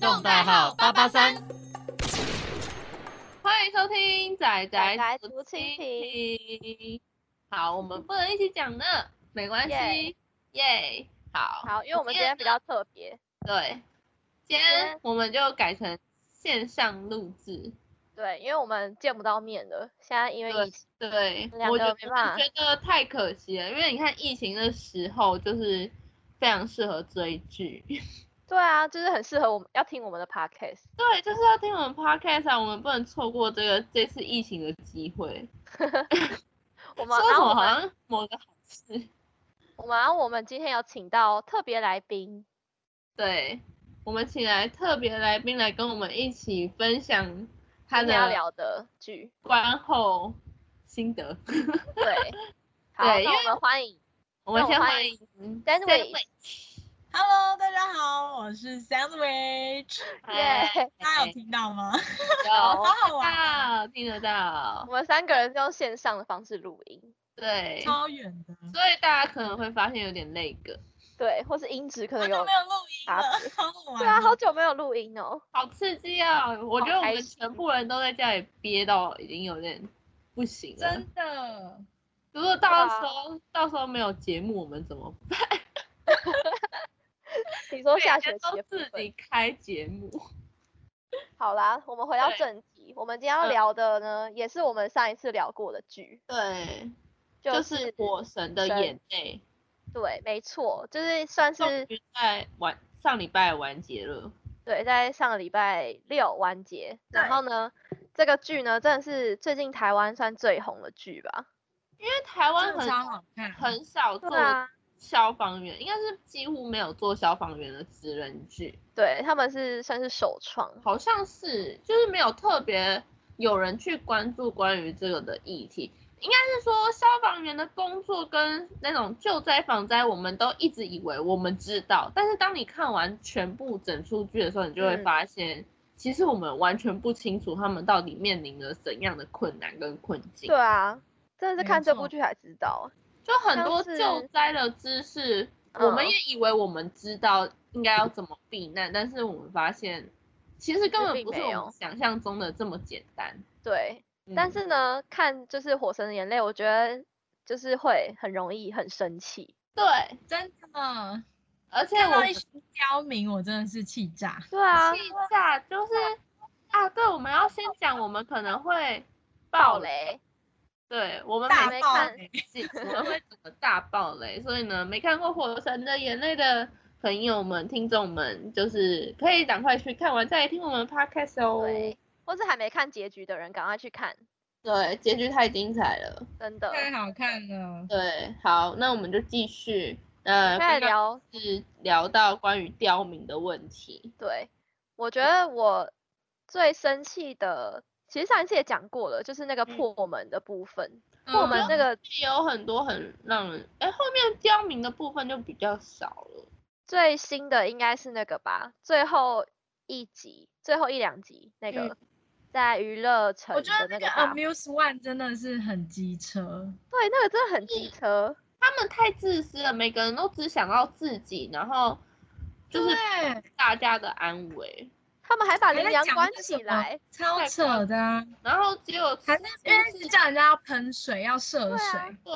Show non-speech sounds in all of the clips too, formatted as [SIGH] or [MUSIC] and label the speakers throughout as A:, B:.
A: 动代号八八三。
B: 欢迎收听仔
C: 仔
B: 仔
C: 读
B: 读
C: 蜻
B: 蜓。好，我们不能一起讲呢，没关系，耶。好，
C: 好，因为我们今天比较特别，
B: 对，今天我们就改成线上录制。
C: 对，因为我们见不到面了，现在因为
B: 对
C: 疫情，
B: 对，
C: 两
B: 我
C: 个
B: 觉得
C: 没办法
B: 我觉得太可惜了，因为你看疫情的时候，就是非常适合追剧。 [LAUGHS]
C: 对啊，就是很适合我们要听我们的 podcast，
B: 对，就是要听我们 podcast 啊，我们不能错过这个这次疫情的机会。
C: 我们
B: 说
C: 然
B: 什么
C: 后我
B: 好
C: 们
B: 像某个好事。
C: 我们然后我们今天有请到特别来宾，
B: 对，我们请来特别来宾来跟我们一起分享他
C: 今天要
B: 的
C: 聊的剧，
B: 观后心得。 [LAUGHS]
C: 对，好，
B: 对因
C: 那
B: 为
C: 我们欢迎
B: 我们
C: 那我
B: 先
C: 欢
B: 欢
C: 迎
B: 迎
C: Sandwich
A: Hello，大家好，我是 Sandwich，
B: 嗨
C: 耶，
A: 大家有听到吗？
B: 有
A: [LAUGHS] 好好玩啊，
B: 到听得到
C: 我，们三个人是用线上的方式录音，
B: 对，
A: 超远的，
B: 所以大家可能会发现有点那个，
C: 对，或是音质可
A: 好
C: 能
A: 久
C: 哎有
A: 没，有录音
C: 差
A: 了，好好玩哦。
C: 对啊，好久没有录音哦，
B: 好刺激啊！我觉得我
C: 开
B: 们
C: 心
B: 全部人都在家里憋到已经有点不行了。
A: 真的，
B: 如果到
C: 对啊
B: 时候到时候没有节目，我们怎么办？
C: 你说下学
B: 人
C: 期
B: 都
C: 的部
B: 自
C: 分
B: 己开节目。
C: 好啦，我们回到
B: 对
C: 正题，我们今天要
B: 嗯
C: 聊的呢，也是我们上一次聊过的剧，
B: 对，
C: 就
B: 就是火神的
C: 神
B: 眼泪，
C: 对，没错，就是
A: 哦
C: 算
B: 终
C: 是
B: 于在完上礼拜完结了。
C: 对，在上个礼拜六完结。然
A: 对
C: 后呢，这个剧呢，真的是最近台湾算最红的剧吧？
B: 因为台湾
A: 真的
B: 很
A: 超好看，
B: 很少
C: 对
A: 哦
B: 做
C: 啊，
B: 消防员，应该是几乎没有做消防员的职人剧，
C: 对，他们是算是首创。
B: 好像是就是没有特别有人去关注关于这个的议题。应该是说，消防员的工作跟那种救灾防灾，我们都一直以为我们知道，但是当你看完全部整出剧的时候，你就会
C: 嗯
B: 发现，其实我们完全不清楚他们到底面临了怎样的困难跟困境。
C: 对啊，真的是
A: 没
C: 看这部
A: 错
C: 剧才知道。
B: 就很
C: 像
B: 多
C: 是
B: 救灾的知识，我们
C: 嗯
B: 也以为我们知道应该要怎么避难，但是我们发现，其实根
C: 实
B: 本
C: 并
B: 不是
C: 没
B: 我
C: 有
B: 们想象中的这么简单。
C: 对，但
B: 嗯
C: 是呢，看就是《火神的眼泪》，我觉得就是会很容易很生气。
B: 嗯对，
A: 真的。
B: 而且
A: 看
B: 我
A: 到
B: 们
A: 一群刁民，我真的是气炸。
C: 对啊，
B: 气炸就是啊，对，我们要先讲，我们可能会
C: 爆
B: 爆
C: 雷。
B: 对我们
A: 大
B: 每
C: 没
A: 爆欸
C: 看
A: 雷，
B: 集我们会整个大爆雷，所以呢，没看过《火神的眼泪》的朋友们、听众们，就是可以赶快去看完再来听我们的 podcast 哦。
C: 对，或是还没看结局的人，赶快去看，
B: 对，结局太精彩了。
C: 真的。
A: 太好看了。
B: 对，好，那我们就继续。呃，刚刚
C: 再聊，
B: 是聊到关于刁民的问题。
C: 对，我觉得我最生气的，其实上一次也讲过了，就是那个
B: 嗯
C: 破门的部分，
A: 嗯
C: 破门那个
B: 也有很多很让人哎，后面刁民的部分就比较少了。
C: 最新的应该是那个吧，最后一集，最后一两集那个。在娱乐城
A: 嗯我觉
C: 的
A: 得那
C: 个
A: 个
C: 大，对，
A: Amuse One 真的是很机车，
C: 那个真的很机车，
B: 他们太自私了，每个人都只想到自己，然后就是
A: 对
B: 大家的安危，
C: 他们还把
A: 还
C: 羚
A: 在
C: 羊
A: 讲
C: 关
A: 为什
C: 起
A: 么
C: 来，
A: 超扯的啊、
B: 然后只有
A: 还在
B: 就
A: 因为
B: 是
A: 叫人家要喷水，要涉
C: 对啊
A: 水，
B: 对，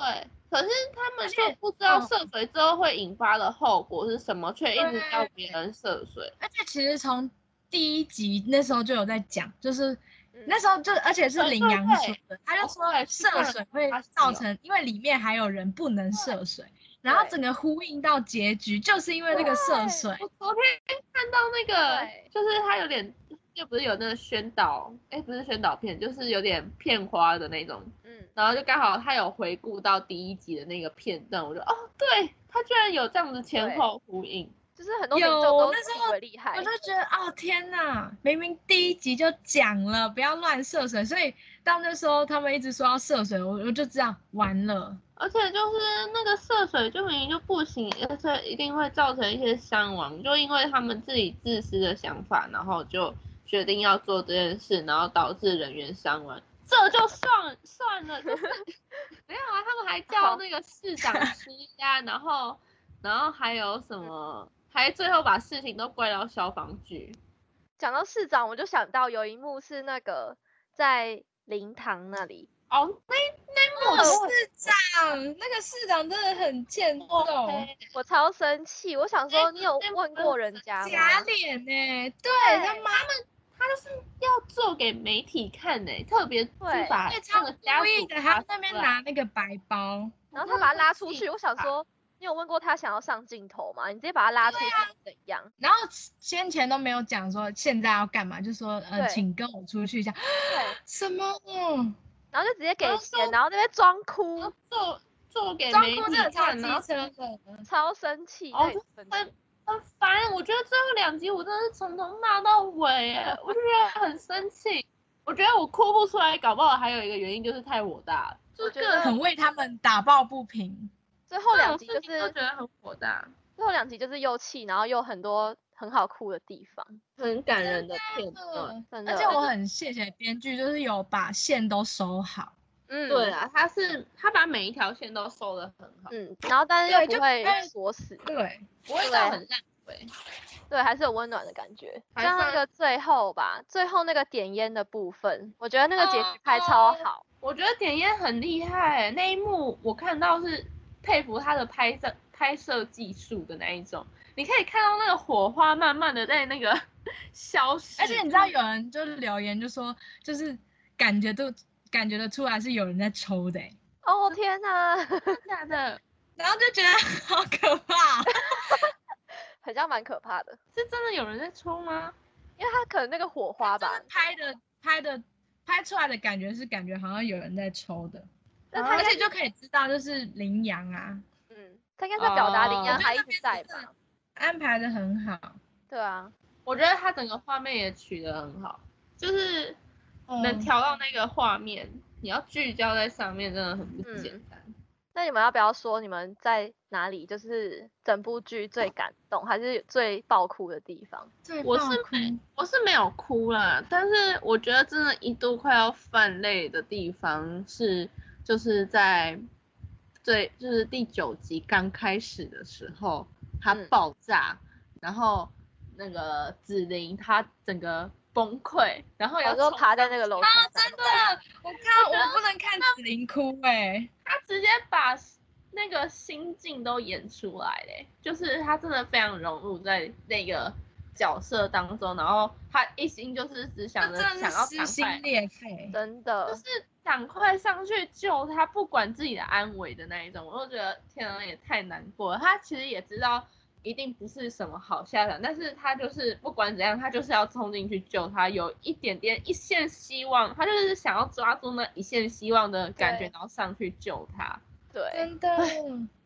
B: 可是他们
A: 而
B: 就
A: 且
B: 不知道
A: 嗯
B: 涉水之后会引发的后果是什么，却一直叫别人涉水。
A: 而且其实从第一集那时候就有在讲，就是
C: 嗯
A: 那时候就而且是
B: 对
A: 羚
B: 哦对
A: 羊
B: 对
A: 说的，他就
B: 哦
A: 说
B: 对是这
A: 涉
B: 样
A: 水会
B: 发现
A: 造
B: 的
A: 成，因为里面还有人不能涉水，然后
C: 对
A: 整个呼应到结局，就是因为那个涉
C: 对
A: 水，
B: 我昨天看到那个
C: 对，
B: 就是他有点，就不是有那个宣导，哎，不是宣导片，就是有点片花的那种。
C: 嗯，
B: 然后就刚好他有回顾到第一集的那个片段，我就哦，对他居然有这样子前
C: 对
B: 后呼应，
C: 就是很多民众
A: 有
C: 都
A: 那时
C: 以
A: 候
C: 为厉害
A: 我，就觉得哦天哪，明明第一集就讲了不要乱涉水，所以到那时候他们一直说要涉水，我我就知道完了。
B: 而且就是那个涉水就明明就不行，而且一定会造成一些伤亡，就因为他们自己自私的想法，然后就决定要做这件事，然后导致人员伤亡，这就算算了，就是 [LAUGHS] 没有啊，他们还叫
C: 好
B: 那个市长施压，然后然后还有什么，还最后把事情都怪到消防局，
C: 讲到市长，我就想到有一幕是那个在灵堂那里，
B: 哦，那那一幕我都
A: 市长那个市长真的很欠揍，
B: 会
C: 我超生气，我想说你有
B: 那
C: 问
B: 幕
C: 过人家
A: 假
C: 吗？
A: 脸呢、对
C: 对
A: 他妈
B: 他就是要做给媒体看呢、特别是
C: 对
B: 把
A: 对
B: 那
A: 超
B: 个
C: 啊
B: 家
A: 故意
B: 属
A: 的，他
B: 挖
A: 那边
B: 出来
A: 拿那个白包，
C: 然后
B: 真
C: 他
B: 的
C: 把他
B: 会
C: 拉出
B: 气
C: 去，我想
B: 吧
C: 说你有问过他想要上镜头吗？你直接把他拉出去
B: 啊
C: 是怎样？
A: 然后先前都没有讲说现在要干嘛，就说呃，
C: 对
A: 请跟我出去一下，
C: 对，
A: 什么？嗯
C: 然后就直接给
B: 后
C: 钱，
B: 说哦
C: 然后那边装哭
B: 要，做做给
A: 装
B: 媒
A: 哭
B: 体
A: 真的超
B: 看，
A: 机
B: 然后
A: 车
C: [LAUGHS]
A: 的，
C: 超生气，
B: 哦
C: 那里生
B: 分
C: 气。
B: 很烦。我觉得最后两集我真的是从头骂到尾，哎，我就觉得很生气。我觉得我哭不出来，搞不好还有一个原因就是太火大了，就
C: 我
B: 是
C: 觉
B: 各
C: 得
A: 很
B: 种
A: 为他们打抱不平。
C: 最后两集
B: 事
C: 就
B: 情都
C: 是
B: 觉得很火大，
C: 最后两集就是又气，然后又很多很好哭的地方，
B: 很感人的片段。
A: 嗯，
C: 真的。
A: 而且我很谢谢编剧，就是有把线都收好，
C: 嗯
B: 对啊，他是他把每一条线都收的很好，
C: 嗯，然后但是
A: 对
C: 又
A: 就
C: 不会
A: 不
B: 哎
A: 会
C: 锁死，
A: 对，
B: 不会到很烂尾。
C: 对，还是有温暖的感觉。
B: 还
C: 像那
B: 算
C: 个最后吧，最后那个点烟的部分，我觉得那个结局拍超
B: 哦
C: 好。
B: 我觉得点烟很厉害、欸那一幕我看到是佩服他的拍摄拍摄技术的那一种。你可以看到那个火花慢慢的在那个 [LAUGHS] 消失，
A: 而且你知道有人就是留言就说，就是感觉都感觉得出来是有人在抽的、欸，
C: 哦天哪， [LAUGHS]
B: 真的假的？
A: 然后就觉得 [LAUGHS] 好可怕。哦
C: 好像蛮可怕的，
B: 是真的有人在抽吗？
A: 啊
C: 因为他可能那个火花
A: 就
C: 吧
A: 是，拍的拍的拍出来的感觉是感觉好像有人在抽的，
B: 那
A: 而
B: 他
A: 且就可以知道就是羚羊啊，
C: 嗯，他应该是要表达林
B: 哦
C: 阳
B: 我觉得
C: 还一
A: 那
C: 直
A: 边
C: 在
A: 真的
C: 吧？
A: 安排的很好，
C: 对啊，
B: 我觉得他整个画面也取得很好，就是
A: 哦嗯
B: 能调到那个画面，你要聚焦在上面真的很不
C: 嗯
B: 简单。
C: 那你们要不要说你们在哪里？就是整部剧最感动，还是最爆哭的地方？
A: 最
B: 我
A: 爆
B: 是
A: 哭
B: 没我是没有哭啦，但是我觉得真的一度快要泛泪的地方是，就是在最就是第九集刚开始的时候，它
C: 嗯
B: 爆炸，然后那个紫菱她整个崩溃，然后
C: 我
B: 有
C: 就爬在那个楼梯
A: 啊，
C: 上，
A: 真的，我看我不能看紫菱 [LAUGHS] 哭哎、
B: 他直接把那个心境都演出来嘞，就是他真的非常融入在那个角色当中，然后他一心就是只想
A: 这
B: 着
A: 真
B: 想
A: 的
B: 要
A: 是撕
B: 赶
A: 心
B: 快，
A: 裂肺。
C: 真
B: 就
C: 的
B: 是，赶快上去救他，不管自己的安危的那一种，我就觉得天啊，也太难过了。他其实也知道。一定不是什么好下场，但是他就是不管怎样，他就是要冲进去救他，有一点点一线希望，他就是想要抓住那一线希望的感觉
C: 对，
B: 然后上去救他。
C: 对，
A: 真的，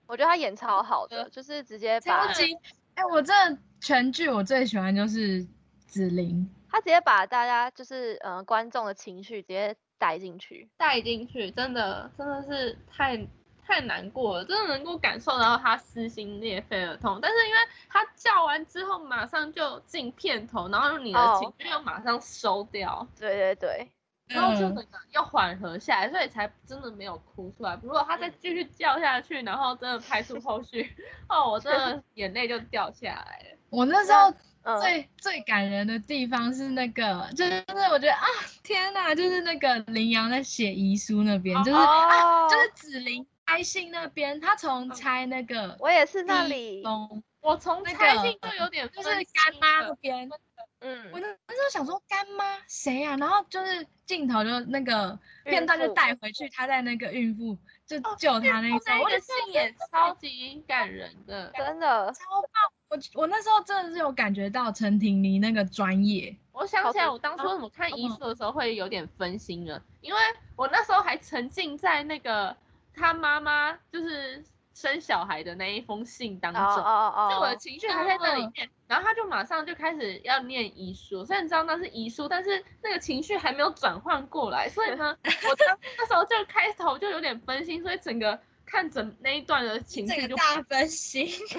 C: 我觉得他演超好的，
B: 对
C: 就是直接把
A: 超级哎、我真的全剧我最喜欢就是紫菱，
C: 他直接把大家就是呃观众的情绪直接带进去，
B: 带进去，真的真的是太太难过了，真的能够感受到他撕心裂肺的痛。但是因为他叫完之后马上就进片头，然后你的
C: 哦
B: 情绪又马上收掉，
C: 对对对，
B: 然后就整
A: 嗯
B: 个又缓和下来，所以才真的没有哭出来。如果他再继续叫下去，然后真的拍出后续， [LAUGHS] 哦，我真的眼泪就掉下来了。
A: 我那时候
C: 嗯，
A: 最、最感人的地方是那个，就是我觉得啊，天哪，就是那个羚羊在写遗书那边，就是、
B: 啊
C: 哦，
A: 就是紫菱拆信那边，他从拆那个
C: 我也是那
A: 地
C: 里，
A: 封
B: 我从
A: 那个
B: 猜信就有点
A: 就
B: 分
A: 是
B: 心
A: 干妈那
B: 了
A: 边，我
C: 嗯，
A: 那那时候想说干妈谁呀、然后就是镜头就那个片
C: 孕
A: 段就
C: 妇
A: 带回去，她在那个孕妇就
B: 哦
A: 救她那一
B: 哦
A: 招，
B: 那
A: 我
B: 个
A: 的
B: 是也超级感人的。
C: 真的，
A: 超棒！我我那时候真的是有感觉到陈婷妮那个专业，
B: 我想起来，
C: 好
B: 我当初
A: 啊
B: 怎么看
A: 嗯
B: 医术的时候会有点分心了，因为我那时候还沉浸在那个他妈妈就是生小孩的那一封信当
C: 哦哦
B: 中，
C: 哦，
B: 就我的
C: 哦
B: 情绪还在那里
A: 哦
B: 面，然后他就马上就开始要念遗书，虽然知道那是遗书，但是那个情绪还没有转换过来，所以呢，
C: [LAUGHS]
B: 我当那时候就开头就有点分心，所以整个看整那一段的情绪就
A: 分析， [LAUGHS]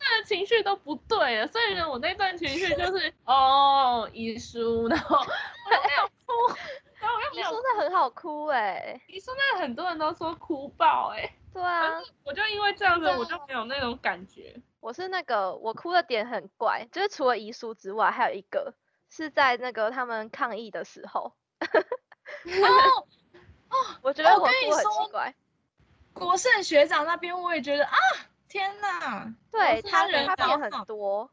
B: 那情绪都不对了，所以呢，我那段情 [LAUGHS] 绪就是哦遗书，然 [LAUGHS] 后我又没有哭， [LAUGHS] 然后我又没
C: 你
B: 有
C: 说
B: 哭。
C: 的很好哭哎、
B: 遗书那很多人都说哭爆哎、
C: 对啊，
B: 我就因为这样子，
A: 真的
B: 我就没有那种感觉。
C: 我是那个我哭的点很怪，就是除了遗书之外，还有一个是在那个他们抗议的时候，
A: 哦，
C: 我觉
A: 哦
C: 得
A: 我
C: 火
A: 跟你
C: 速很
A: 说
C: 奇怪。
A: 国胜学长那边我也觉得啊，天哪，
C: 对
A: 是
C: 他
A: 人
C: 他
A: 搞
C: 变
A: 好
C: 很多，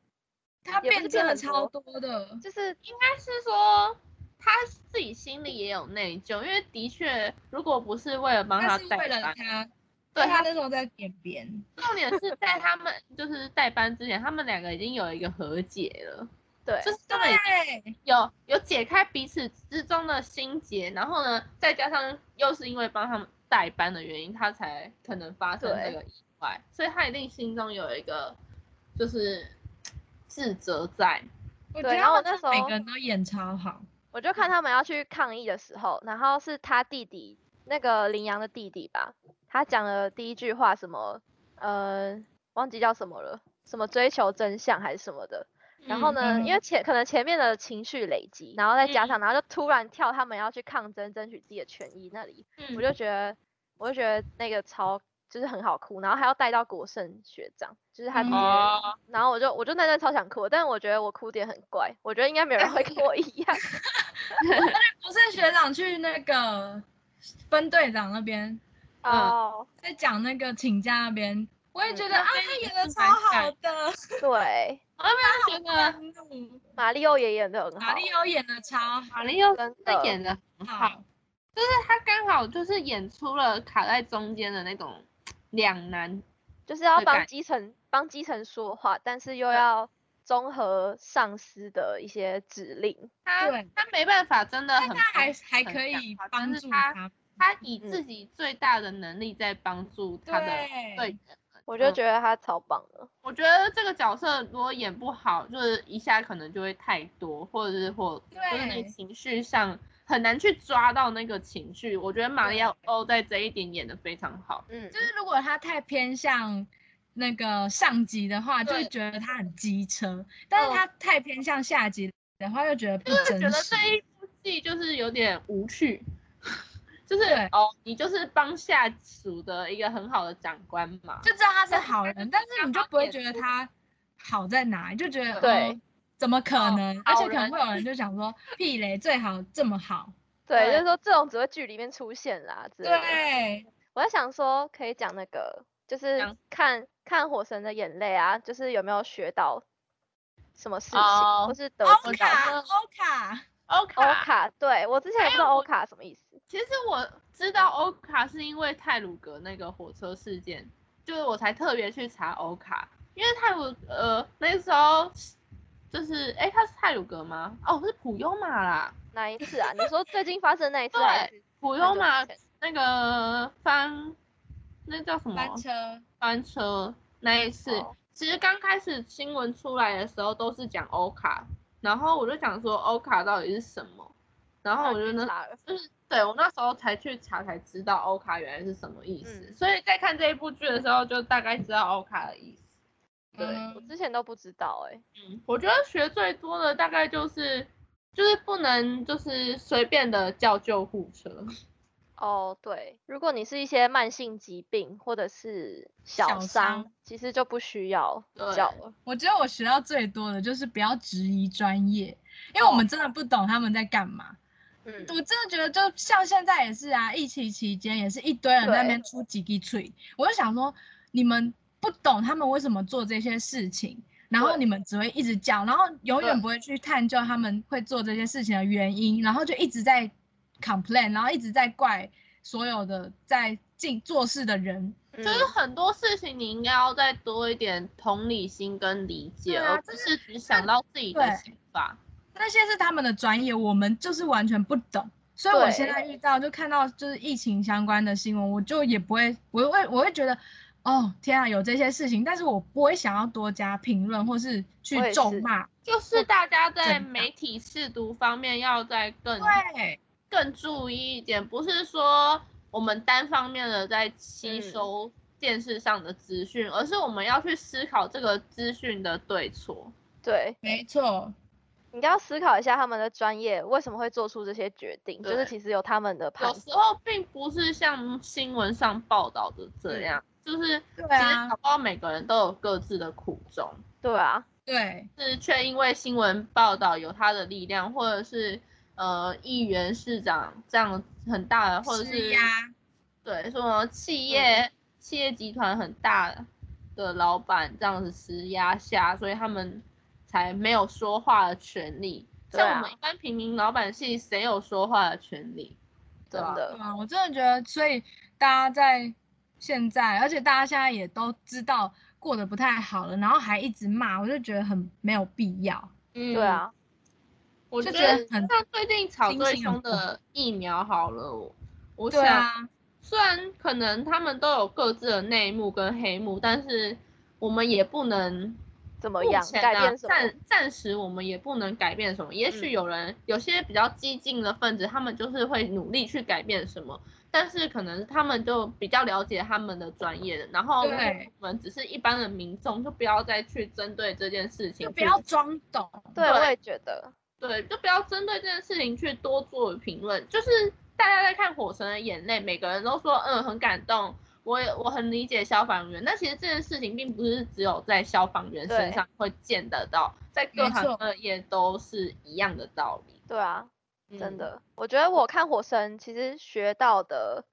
A: 他
C: 也不
A: 变
C: 是
A: 真
C: 变
A: 的
C: 很
A: 超多的，
C: 就是
B: 应该是说他自己心里也有内疚，因为的确，如果不是为了帮
A: 他是
B: 代
A: 为了
B: 班，
A: 他，
B: 对
A: 他
B: 他
A: 那时候在点边，
B: 重点是在他们就是代班之前，他们两个已经有一个和解 [LAUGHS] 了，
C: 对，
B: 就是他们已
A: 对，
B: 有有解开彼此之中的心结，然后呢，再加上又是因为帮他们代班的原因，他才可能发生
C: 对
B: 这个意外，所以他一定心中有一个就是自责在。
A: 我觉
C: 对
A: 得
C: 然后
A: 他
C: 我
A: 们真
C: 那时
A: 的每
C: 候
A: 个人都演超好，
C: 我就看他们要去抗议的时候，然后是他弟弟那个羚羊的弟弟吧，他讲了第一句话什么，呃，忘记叫什么了，什么追求真相还是什么的。然
B: 嗯
C: 后呢，因为前可能前面的情绪累积，然后再加
B: 嗯
C: 上，然后就突然跳他们要去抗争、争取自己的权益那里，
B: 嗯
C: 我就觉得，我就觉得那个超就是很好哭，然后还要带到国胜学长，就是他直接，
B: 哦，
C: 然后我就我就那段超想哭，但我觉得我哭点很怪，我觉得应该没有人会跟我一
B: [LAUGHS]
C: 样，
A: 国胜学长去那个分队长那边，
B: 嗯
C: 哦，
A: 在讲那个请假那边，我也
B: 嗯
A: 觉得
B: 那
A: 啊，
B: 边
A: 他
B: 也
A: 演
B: 是
A: 的超
B: 蛮
A: 好
B: 感
A: 的，
C: 对，
B: 我没有觉得
A: 愤怒，
C: 马里奥也演的很好，
A: 马丽欧哦演的超
B: 玛丽又真
C: 真
B: 的
C: 的
B: 演的很好，
A: 好，
B: 他刚好就是演出了卡在中间的那种两难，
C: 就是要
B: 的
C: 帮
B: 感
C: 基层帮基层说话，但是又
B: 对
C: 要综合上司的一些指令，
B: 他
A: 对
B: 他没办法，真的
A: 但
B: 很
A: 他还还
B: 很
A: 可
B: 想
A: 以
B: 法但
A: 帮
B: 是
A: 助
B: 他
A: 他，
B: 他以
C: 嗯
B: 自己最大的能力在帮助他的
A: 对
B: 队员们。
C: 我就
B: 嗯
C: 觉得他超棒的，
B: 我觉得这个角色如果演不好，就是一下可能就会太多，或者是或就是那
A: 对
B: 个情绪上很难去抓到那个情绪。我觉得玛利亚欧哦在这一点演的非常好。
C: 嗯
A: 就，是如果他太偏向那个上级的话，就会
B: 对嗯
A: 觉得他很机车；但是他太偏向下级的话，又觉得不
B: 就
A: 真
B: 觉得
A: 实。
B: 这一部戏就是有点无趣，就是
A: 对
B: 哦，你就是帮下属的一个很好的长官嘛。
A: 就知道他是好人，但是你就不会觉得
B: 对
A: 他好在哪里，就觉得
C: 对
A: 哦，怎么可能？而
B: 好
A: 且可能
B: 人
A: 会有人就想说，屁嘞，最好这么好，
C: 对，就是
B: 对
C: 说这种只会剧里面出现啦之类的。
A: 对，
C: 我在想说，可以讲那个，就是
B: 讲
C: 看看《火神的眼泪》啊，就是有没有学到什么事情，
B: 哦
C: 或是得
A: 欧
C: 知到什
A: 卡
C: 么。
A: 欧卡，
B: 欧
A: 啊
C: 欧
B: 卡，
C: 卡，对我之前也不
B: 还有
C: 知道欧
B: 我
C: 卡什么意思。
B: 其实我知道欧卡是因为泰鲁格那个火车事件，就是我才特别去查欧卡，因为泰鲁呃那时候就是哎他是泰鲁格吗？哦是普悠玛啦，
C: 哪一次啊？你说最近发生那一次还是
B: 普
C: 很
B: 悠
C: 久
B: 玛
C: 之前
B: 那个翻那叫什么
A: 翻车，
B: 翻车那一次，
C: 哦
B: 其实刚开始新闻出来的时候都是讲欧卡，然后我就想说欧卡到底是什么，然后我就
C: 去
B: 那
C: 查了
B: 对我那时候才去查才知道欧卡原来是什么意思，
C: 嗯
B: 所以在看这一部剧的时候就大概知道欧卡的意思。对，
C: 我
A: 嗯
C: 之前都不知道哎、
B: 嗯，我觉得学最多的大概就是就是不能就是随便的叫救护车，
C: 哦，对，如果你是一些慢性疾病或者是小
A: 小
C: 伤，
A: 伤
C: 其实就不需要
B: 对
C: 叫了。
A: 我觉得我学到最多的就是不要质疑专业，因
B: 哦
A: 为我们真的不懂他们在干嘛。
C: 嗯，
A: 我真的觉得，就像现在也是啊，疫情期间也是一堆人在那边出几滴嘴，我就想说，你们不懂他们为什么做这些事情，然后
B: 对
A: 你们只会一直叫，然后永远
B: 对
A: 不会去探究他们会做这些事情的原因，然后就一直在 complain，然后一直在怪所有的在进做事的人。
C: 就
B: 就是很多事情你应该要再多一点同理心跟理解，
A: 对啊
B: 而不是只想到自己的
A: 对
B: 想法。
A: 那些是他们的专业，我们就是完全不懂。所以我现
C: 对
A: 在遇到就看到就是疫情相关的新闻，我就也不会，我会我会觉得，哦天啊，有这些事情，但是我不会想要多加评论或是去
C: 我也
A: 咒
C: 是
A: 骂。
B: 就是大家在
A: 真的
B: 媒体试读方面要再更
A: 对
B: 更注意一点，不是说我们单方面的在吸
C: 嗯
B: 收电视上的资讯，而是我们要去思考这个资讯的对错。
C: 对，
A: 没错，
C: 你要思考一下他们的专业为什么会做出这些决定，就是
B: 对
C: 其实有他们的
B: 有
C: 判
B: 时候并不是像新闻上报道的这样，就是
A: 对
B: 其实
A: 啊
B: 搞不好每个人都有各自的苦衷。
C: 对啊，
A: 对，
B: 是却因为新闻报道有他的力量，或者是呃议员、市长这样很大的，或者
A: 施
B: 是
A: 压，
B: 对什么企业、
C: 嗯
B: 企业集团很大的老板这样子施压下，所以他们才没有说话的权利。
C: 对啊
B: 像我们一般平民老百姓，谁有说话的权利？对
C: 真
B: 啊
A: 对
C: 的，
A: 啊，我真的觉得，所以大家在现在，而且大家现在也都知道过得不太好了，然后还一直骂，我就觉得很没有必要。
B: 嗯
C: 对啊，，
B: 我
A: 就嗯
B: 觉
A: 觉
B: 得
A: 得很
B: 像最近炒
A: 心
B: 最
A: 情很
B: 凶的疫苗好了，我我
A: 对
B: 想
A: 啊，
B: 虽然可能他们都有各自的内幕跟黑幕，但是我们也不能
C: 怎么
B: 目
C: 样？
B: 前
C: 改
B: 啊
C: 变什么？
B: 暂暂时我们也不能改变什么。也许
C: 嗯
B: 有人、有些比较激进的分子，他们就是会努力去改变什么，但是可能他们就比较了解他们的专业的，然后我
A: 对
B: 们只是一般的民众，就不要再去针对这件事情
A: 就
B: 去，
A: 不要装懂。
C: 对，啊
B: 对
C: 我也觉得，
B: 对，就不要针对这件事情去多做评论。就是大家在看《火神的眼泪》，每个人都说嗯很感动，我也我很理解消防员。那其实这件事情并不是只有在消防员身
C: 对
B: 上会见得到，在各
A: 没
B: 行
A: 错
B: 各业都是一样的道理。
C: 对啊，真
B: 嗯，
C: 的，我觉得我看《火神》其实学到的，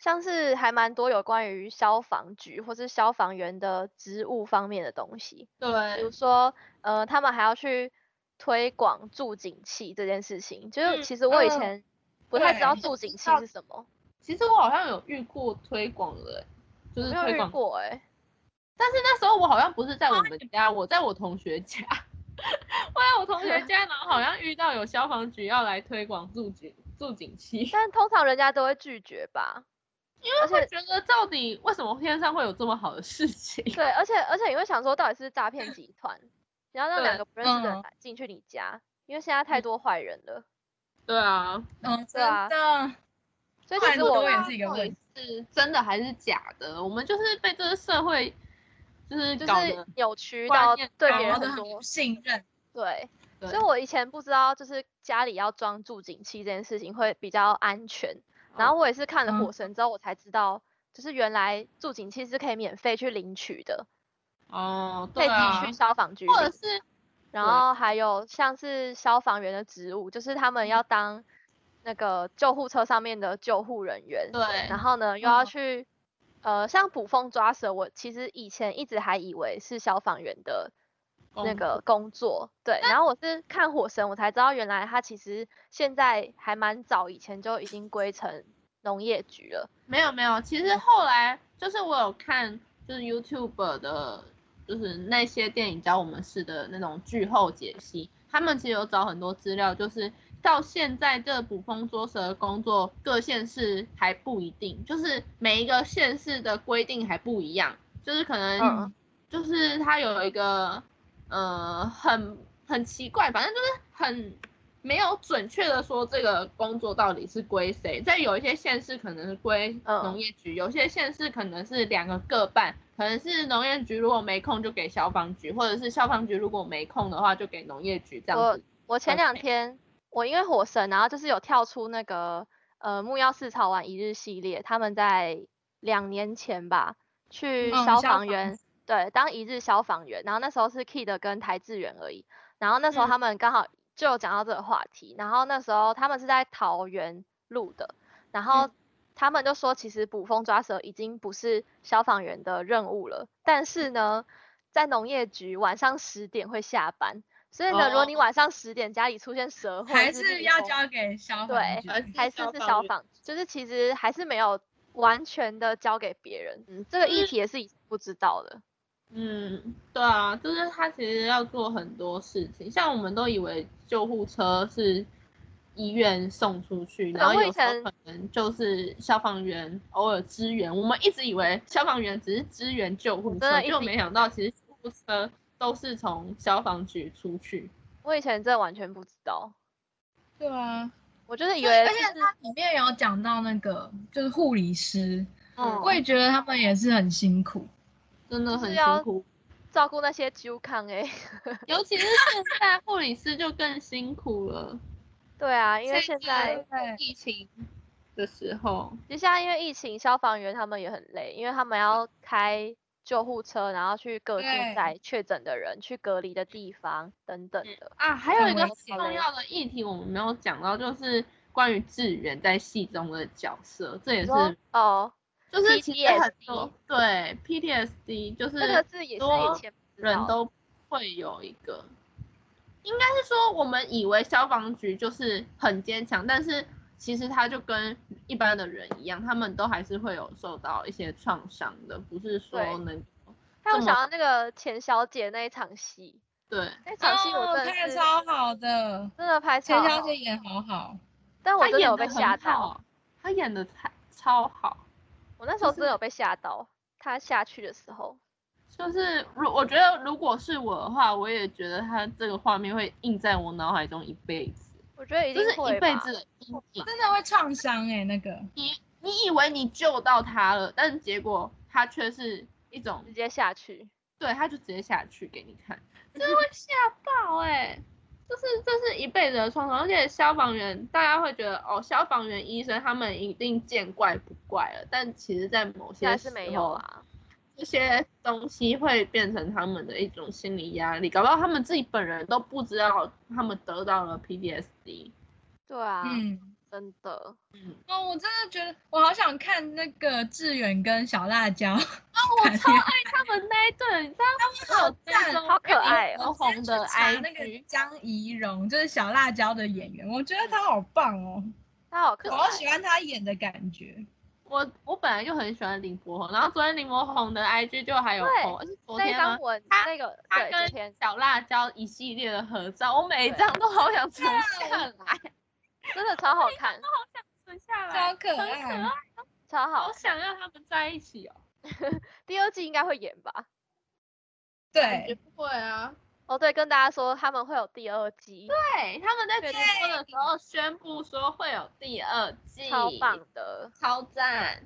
C: 像是还蛮多有关于消防局或是消防员的职务方面的东西，比如
B: 嗯对，
C: 说，呃，他们还要去推广助警器这件事情，就是
B: 嗯
C: 其实我以
B: 嗯
C: 前不太知道
B: 对
C: 助
B: 我
C: 警
B: 知
C: 器
B: 道
C: 是什么，
B: 其实我好像有遇过推广的、欸就
C: 我
B: 是
C: 没有
B: 推
C: 遇
B: 广，
C: 过哎、
B: 但是那时候我好像不是在我
A: 啊
B: 们家，我在我同学家。 [LAUGHS] 我在我同学家，然后好像遇到有消防局要来推广驻警驻警器。
C: 但通常人家都会拒绝吧。
B: 因为
C: 而
B: 会
C: 且
B: 觉得到底为什么天上会有这么好的事情？ [LAUGHS]
C: 对，而且而且你会想说，到底是不是诈骗集团，然后让两
B: 对
C: 个不认识的人
A: 嗯
C: 来进去你家，因为现在太
B: 嗯
C: 多坏人了。
B: 对啊，
A: 嗯，真
C: 对啊
A: 的，
C: 所以
A: 坏
C: 其
A: 人
C: 实
A: 多
C: 我
A: 也是一个
B: 到
A: 问
B: 底是真的还是假的？我们就是被这个社会就是
C: 就
B: 搞
C: 是
B: 得
C: 扭曲
B: 观
C: 到
B: 念啊
C: 对
B: 搞
C: 别人
A: 得
C: 很
A: 很
C: 多
A: 不信任。
C: 对，
B: 对
C: 所以我以前不知道，就是家里要装助警器这件事情会比较安全。然后我也是看了《
A: 嗯
C: 火神》之后，我才知道，就是原来助警器是可以免费去领取的，
B: 哦，
C: 可
B: 对
C: 以
B: 啊
C: 自己去，消防局
B: 或者
C: 领。
B: 是
C: 然
B: 对
C: 后还有像是消防员的职务，就是他
B: 嗯
C: 们要当那个救护车上面的救护人员。
B: 对
C: 然后呢，又要
A: 嗯
C: 去，呃，像捕风抓蛇，我其实以前一直还以为是消防员的那
B: 工
C: 个工作，对。然后我是看《火神》，我才知道原来他其实现在还蛮早以前就已经归成农业局了。
B: 没有没有，其
C: 嗯
B: 实后来就是我有看，就是 YouTube 的，就是那些电影教我们式的那种剧后解析，他们其实有找很多资料，就是到现在这捕风捉蛇的工作，各县市还不一定，就是每一个县市的规定还不一样，就是可能、
C: 嗯
B: 就是它有一个呃很很奇怪，反正就是很没有准确的说这个工作到底是归谁。在有一些县市可能是归
C: 嗯
B: 农业局，有些县市可能是两个各半，可能是农业局如果没空就给消防局，或者是消防局如果没空的话就给农业局这样子。
C: 我前
B: OK
C: 两天我因为《火神》，然后就是有跳出那个呃木曜四潮玩一日系列，他们在两年前吧去
A: 嗯消
C: 消防
A: 防
C: 员、对当一日消防员，然后那时候是 Kid 跟台志远而已，然后那时候
B: 嗯
C: 他们刚好就有讲到这个话题，然后那时候他们是在桃园录的，然后
A: 嗯
C: 他们就说，其实捕风抓蛇已经不是消防员的任务了，但是呢，在农业局晚上十点会下班，所以呢，如果
B: 哦
C: 你晚上十点家里出现蛇或者
A: 还
C: 是蜜
A: 是要
C: 蜂
A: 交给消
C: 对
A: 防局。
B: 还
C: 还
B: 是
C: 是是
B: 消
C: 消
B: 防员
C: 防，就是其实还是没有完全的交给别人，嗯，这个议
B: 嗯
C: 题也是以前不知道的，
B: 嗯，对啊，就是他其实要做很多事情，像我们都以为救护车是医院送出去，
C: 对
B: 然后
C: 我
B: 有
C: 以
B: 时候
C: 前
B: 可能就是消防员偶尔支援。我们一直以为消防员只是支援救护
C: 真
B: 车
C: 的，一
B: 就
C: 直以
B: 没想到其实救护车都是从消防局出去。
C: 我以前真的完全不知道，
A: 对啊，
C: 我就是以
A: 对
C: 为
A: 而
C: 就
A: 且
C: 是
A: 它里面有讲到那个就是护理师，
C: 嗯
A: 我也觉得他们也是很辛苦。
B: 真的
C: 就是啊
B: 很
C: 要
B: 辛
C: [LAUGHS]
B: 苦，
C: 照顾那些纠抗哎，
B: 尤其是现在护理师就更辛苦了，
C: [LAUGHS] 对啊，因为现在
A: 对对
B: 疫情的时候，
C: 就现在因为疫情，消防员他们也很累，因为他们要开救护车，然后去各自
A: 对
C: 带确诊的人去隔离的地方等等的。
B: 啊，还有一个
A: 很
B: 很
A: 危险
B: 重要的议题我们没有讲到，就是关于志远在戏中的角色，这也
C: 你
B: 是
C: 说哦，
B: 就是其实很
C: PTSD
B: 多对 PTSD 就是
C: 这个字也是
B: 多
C: 以前不知
B: 人
C: 道
B: 都会有一个，应该是说我们以为消防局就是很坚强，但是其实他就跟一般的人一样，他们都还是会有受到一些创伤的，不是
C: 对
B: 说能
C: 但我
B: 这
C: 想
B: 么
C: 到那个钱小姐那一场戏，
B: 对。
C: 那场戏我真的
A: 看
C: 是、
A: 哦超好的，
C: 真的拍
A: 陈
C: 超
A: 小
C: 好
A: 姐演好好，
C: 但我
B: 他
C: 真的
B: 演
C: 有
B: 的
C: 被吓到，，
B: 他演的太超好。
C: 我那时候
B: 就
C: 真的
B: 是
C: 有被吓到，她下去的时候，
B: 就是如我觉得如果是我的话，我也觉得他这个画面会印在我脑海中一辈子，
C: 我觉得一
B: 就
C: 定
B: 是
C: 会
B: 一辈
C: 吧
B: 子的阴影。
A: 真的会创伤哎，那个
B: 你以为你救到他了，但结果他却是一种
C: 直接下去。
B: 对，他就直接下去给你看，真的会吓到哎、就是这是一辈子的创伤，而且消防员大家会觉得哦，消防员、医生他们一定见怪不怪了，但其实，在某
C: 现在
B: 些
C: 是
B: 时
C: 没有
B: 候，
C: 啊，
B: 这些东西会变成他们的一种心理压力，搞不好他们自己本人都不知道他们得到了 PTSD。
C: 对啊，
A: 嗯。
C: 真的，
A: 哦，我真的觉得我好想看那个志远跟小辣
C: 哦
A: 椒 [LAUGHS]
B: 我
A: 谈
B: 超
A: 恋爱。
B: 爱他们那一对，你知道
A: 好
B: 我有追
A: 赞
B: 踪
C: 好可爱
B: 红
C: 哦。
B: 红的
A: 我先去查
B: IG
A: 那个江怡蓉就是小辣椒的演员，我觉得她好棒哦，
C: 她好
A: 我
C: 可
A: 好
C: 爱。
A: 喜欢她演的感觉。
B: 我我本来就很喜欢林柏宏，然后昨天林柏宏的 IG 就还有
C: 对
B: po，是昨
C: 那一
B: 天吗
C: 张？文
B: 她
C: 那个
B: 他
C: 对，昨
B: 跟
C: 天
B: 小辣椒一系列的合照，我每一
C: 对啊
B: 张都好想存
A: 对
B: 下来，
C: 真的超好看，
B: 存下来，
A: 超可
B: 很
A: 爱
B: 可爱，
C: 超好
B: 好。想要他们在一起哦。
C: 第二季应该会演吧？
B: 感
A: 对，
B: 觉不会啊，
C: 哦，对，跟大家说他们会有第二季，
B: 对，他们在
C: 对
B: 直播的时候宣布说会有第二季，
C: 超棒，的。
B: 超赞，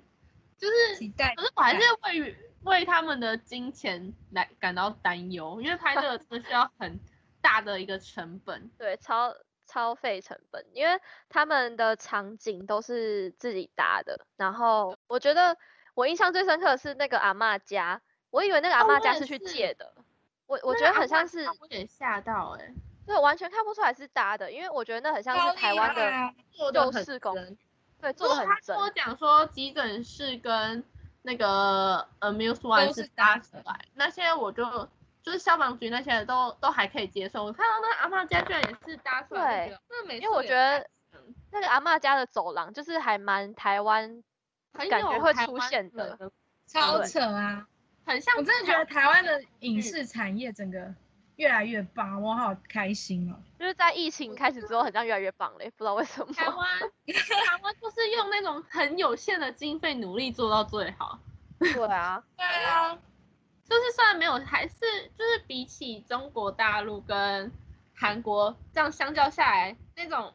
B: 就是
A: 期待
B: 可。是我还是为于为他们的金钱来感到担忧，因为拍这个真的需要很大的一个成本。
C: 对，超超费成本，因为他们的场景都是自己搭的。然后我觉得我印象最深刻的是那个阿嬷家，我以为那个阿
B: 哦
C: 嬷
B: 我
C: 家
B: 也
C: 是去
B: 是
C: 借的，我我
B: 那
C: 觉
B: 个
C: 得
B: 阿
C: 很像
B: 嬷
C: 是，
B: 让啊我有点吓到哎、欸，
C: 对，完全看不出来是搭的，因为我觉得那很像
A: 超
C: 是
A: 厉
C: 台湾
A: 害
C: 的，
A: 啊！
B: 做
C: 得
B: 的很
C: 很真对，做的
B: 他
C: 很
B: 跟我
C: 真，
B: 讲说急诊室跟那个 amuse one
A: 都
B: 是
A: 是
B: 搭
A: 搭
B: 起
A: 的
B: 来，那现在我就就是消防局那些都都还可以接受。我看到那个阿嬷家居然也是搭出来，
C: 对
B: 就觉得，那美
C: 因为我
B: 术也
C: 觉得
B: 太强
C: 那个阿嬷家的走廊就是还蛮台湾，
B: 很
C: 感
B: 有
C: 觉会
B: 台
C: 出
B: 湾
C: 现
B: 人
C: 的，
A: 超扯啊！
B: 很像
A: 我真的觉
B: 台
A: 得台湾的影视产业整个越来越棒，我好开心哦。
C: 就是在疫情
B: 我
C: 开
B: 觉
C: 始之后，很像越来越棒嘞，不知道为什么。
B: 台湾 [LAUGHS] 台湾就是用那种很有限的经费努力做到最好。
C: 对啊，
A: 对啊，
B: 就是虽然没有，还是就是比起中国大陆跟韩国这样相较下来，那种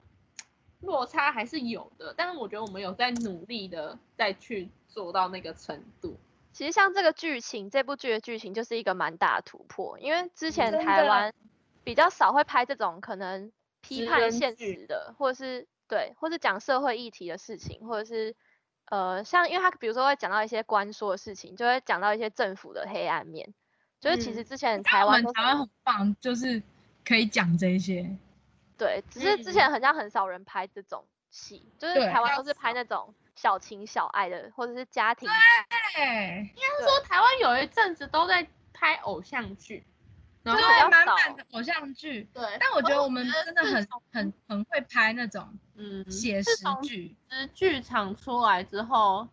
B: 落差还是有的。但是我觉得我们有在努力的再去做到那个程度。
C: 其实像这个剧情，这部剧的剧情就是一个蛮大的突破，因为之前
A: 真
C: 台
A: 的
C: 湾比较少会拍这种可能批
B: 职
C: 判
B: 人
C: 现
B: 剧
C: 实的，或者是对，或是讲社会议题的事情，或者是呃，像因为他比如说会讲到一些官说的事情，就会讲到一些政府的黑暗面，就是其实
B: 嗯
C: 之前
A: 但
C: 台
A: 我们
C: 湾都
A: 台
C: 是
A: 湾很棒，就是可以讲这些。
C: 对，只是
B: 嗯
C: 之前好像很少人拍这种戏，就是
A: 对
C: 台湾
B: 较
C: 都是拍
B: 少
C: 那种小情小爱的，或者是家庭
A: 对，
B: 他说台湾有一阵子都在拍偶像剧，然后
C: 比较
A: 对，满
C: 少
A: 满的偶像剧。
B: 对，
A: 但我觉得我们真的
B: 自
A: 很
B: 从
A: 很很会拍那种
B: 嗯，
A: 写
B: 自
A: 实
B: 从
A: 剧，
B: 实剧场出来之后，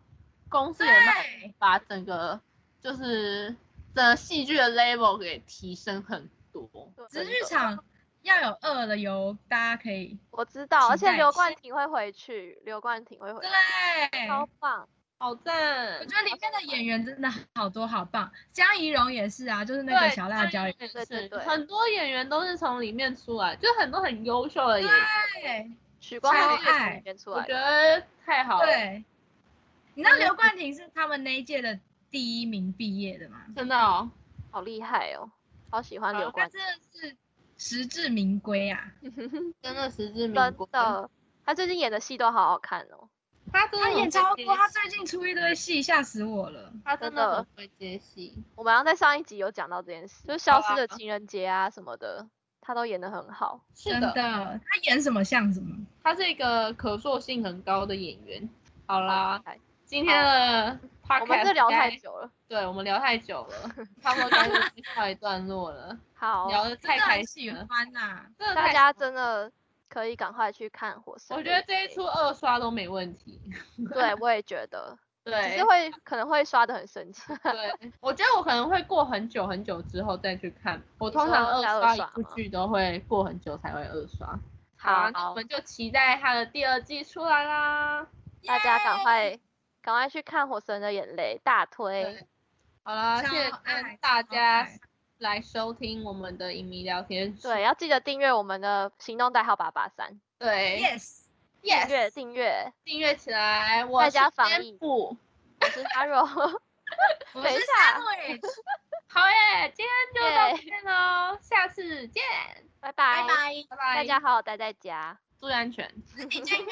B: 公司也慢慢
A: 对，
B: 把整个就是的戏剧的 level 给提升很多。
A: 只
C: 真
A: 是剧
C: 的
A: 场要有二的油，大家可以
C: 我知道，而
A: 期
C: 且
A: 待
C: 刘
A: 期
C: 冠廷会回去，刘冠廷会回去，
A: 对。
C: 超棒。
B: 好
A: 我
B: 赞！
A: 觉得里面的演员真的好多好棒，江怡蓉也是啊，就是那个
B: 对
A: 小辣椒也，
B: 也
C: 对对
B: 是
C: 对
B: 很多演员都是从里面出来，就很多很优秀的演员，
A: 对
C: 许光汉
A: 超
C: 也是从
A: 爱
C: 里面出
B: 我
C: 来
B: 觉
C: 的，
B: 得太好了，
A: 对。你知道刘冠廷是他们那一届的第一名毕业的吗？
B: 真的哦。
C: 好厉害哦，好喜欢刘
B: 好
A: 他
C: 冠
A: 真的是实至名归啊！
C: 廷，
B: [LAUGHS] 真的实至名
C: 真
B: 归。
C: 的，他最近演的戏都好好看哦。
B: 他真的
A: 他演
B: 很
A: 超
B: 会
A: 多，
B: 接
A: 他
B: 戏
A: 最近出一堆戏，吓死我了。
B: 他真
C: 真的
B: 的很会接戏。
C: 我们好像在上一集有讲到这件事，就是消
B: 好
C: 失的
B: 啊
C: 情人节啊什么的，他都演得很好。
B: 是
A: 真的，他演什么像什么。
B: 他是一个可塑性很高的演员。好啊啦，
C: 哎
B: 今天的 podcast
C: 我们这聊太
B: 该，
C: 久了。
B: 对我们聊太久 [LAUGHS] 了，差不多该录制告一段落了，
C: 好，
B: 聊的太
A: 真的
B: 开
A: 很
B: 心
A: 喜
B: 了，
A: 欢呐、
B: 真的
C: 大
B: 太
C: 家
B: 喜欢
C: 真的可以赶快去看《火神
B: 我
C: 的
B: 觉
C: 眼
B: 得
C: 泪》。
B: 这一出二刷都没问题。
C: 对，我也觉得，只
B: 对
C: 是会可能会刷的很生气。 [LAUGHS]
B: 对，我觉得我可能会过很久很久之后再去看。我通常
C: 说
B: 二
C: 再二
B: 刷一
C: 刷
B: 部
C: 吗
B: 剧都会过很久才会二刷。
C: 好
B: 啊，那我们就期待它的第二季出来啦。
C: 大家赶
A: 耶
C: 快赶快去看《火神的眼泪》，大推。
B: 对好啦，
A: 超
B: 谢谢
A: 爱
B: 大
A: 超
B: 家
A: 爱
B: 来收听我们的影迷聊天室。
C: 对，要啊记得订阅我们的行动代号八八三，
B: 对
A: Yes，
C: 订阅
B: yes，
C: 订阅。
B: 订阅起来。我
C: 在
B: 是
C: 家防
B: 颠
C: 疫
B: 覆
C: 我是 [LAUGHS] Haro，
A: 我
C: 等一
A: 是
C: 下
A: Sandwich，
B: 好耶，今天就到
C: 耶
B: 这边喽，下次见，
C: 拜
A: 拜
C: 拜，
A: 拜，
B: 拜拜，
C: 大家好好待在家。
B: 注意安全。
A: 身体健康。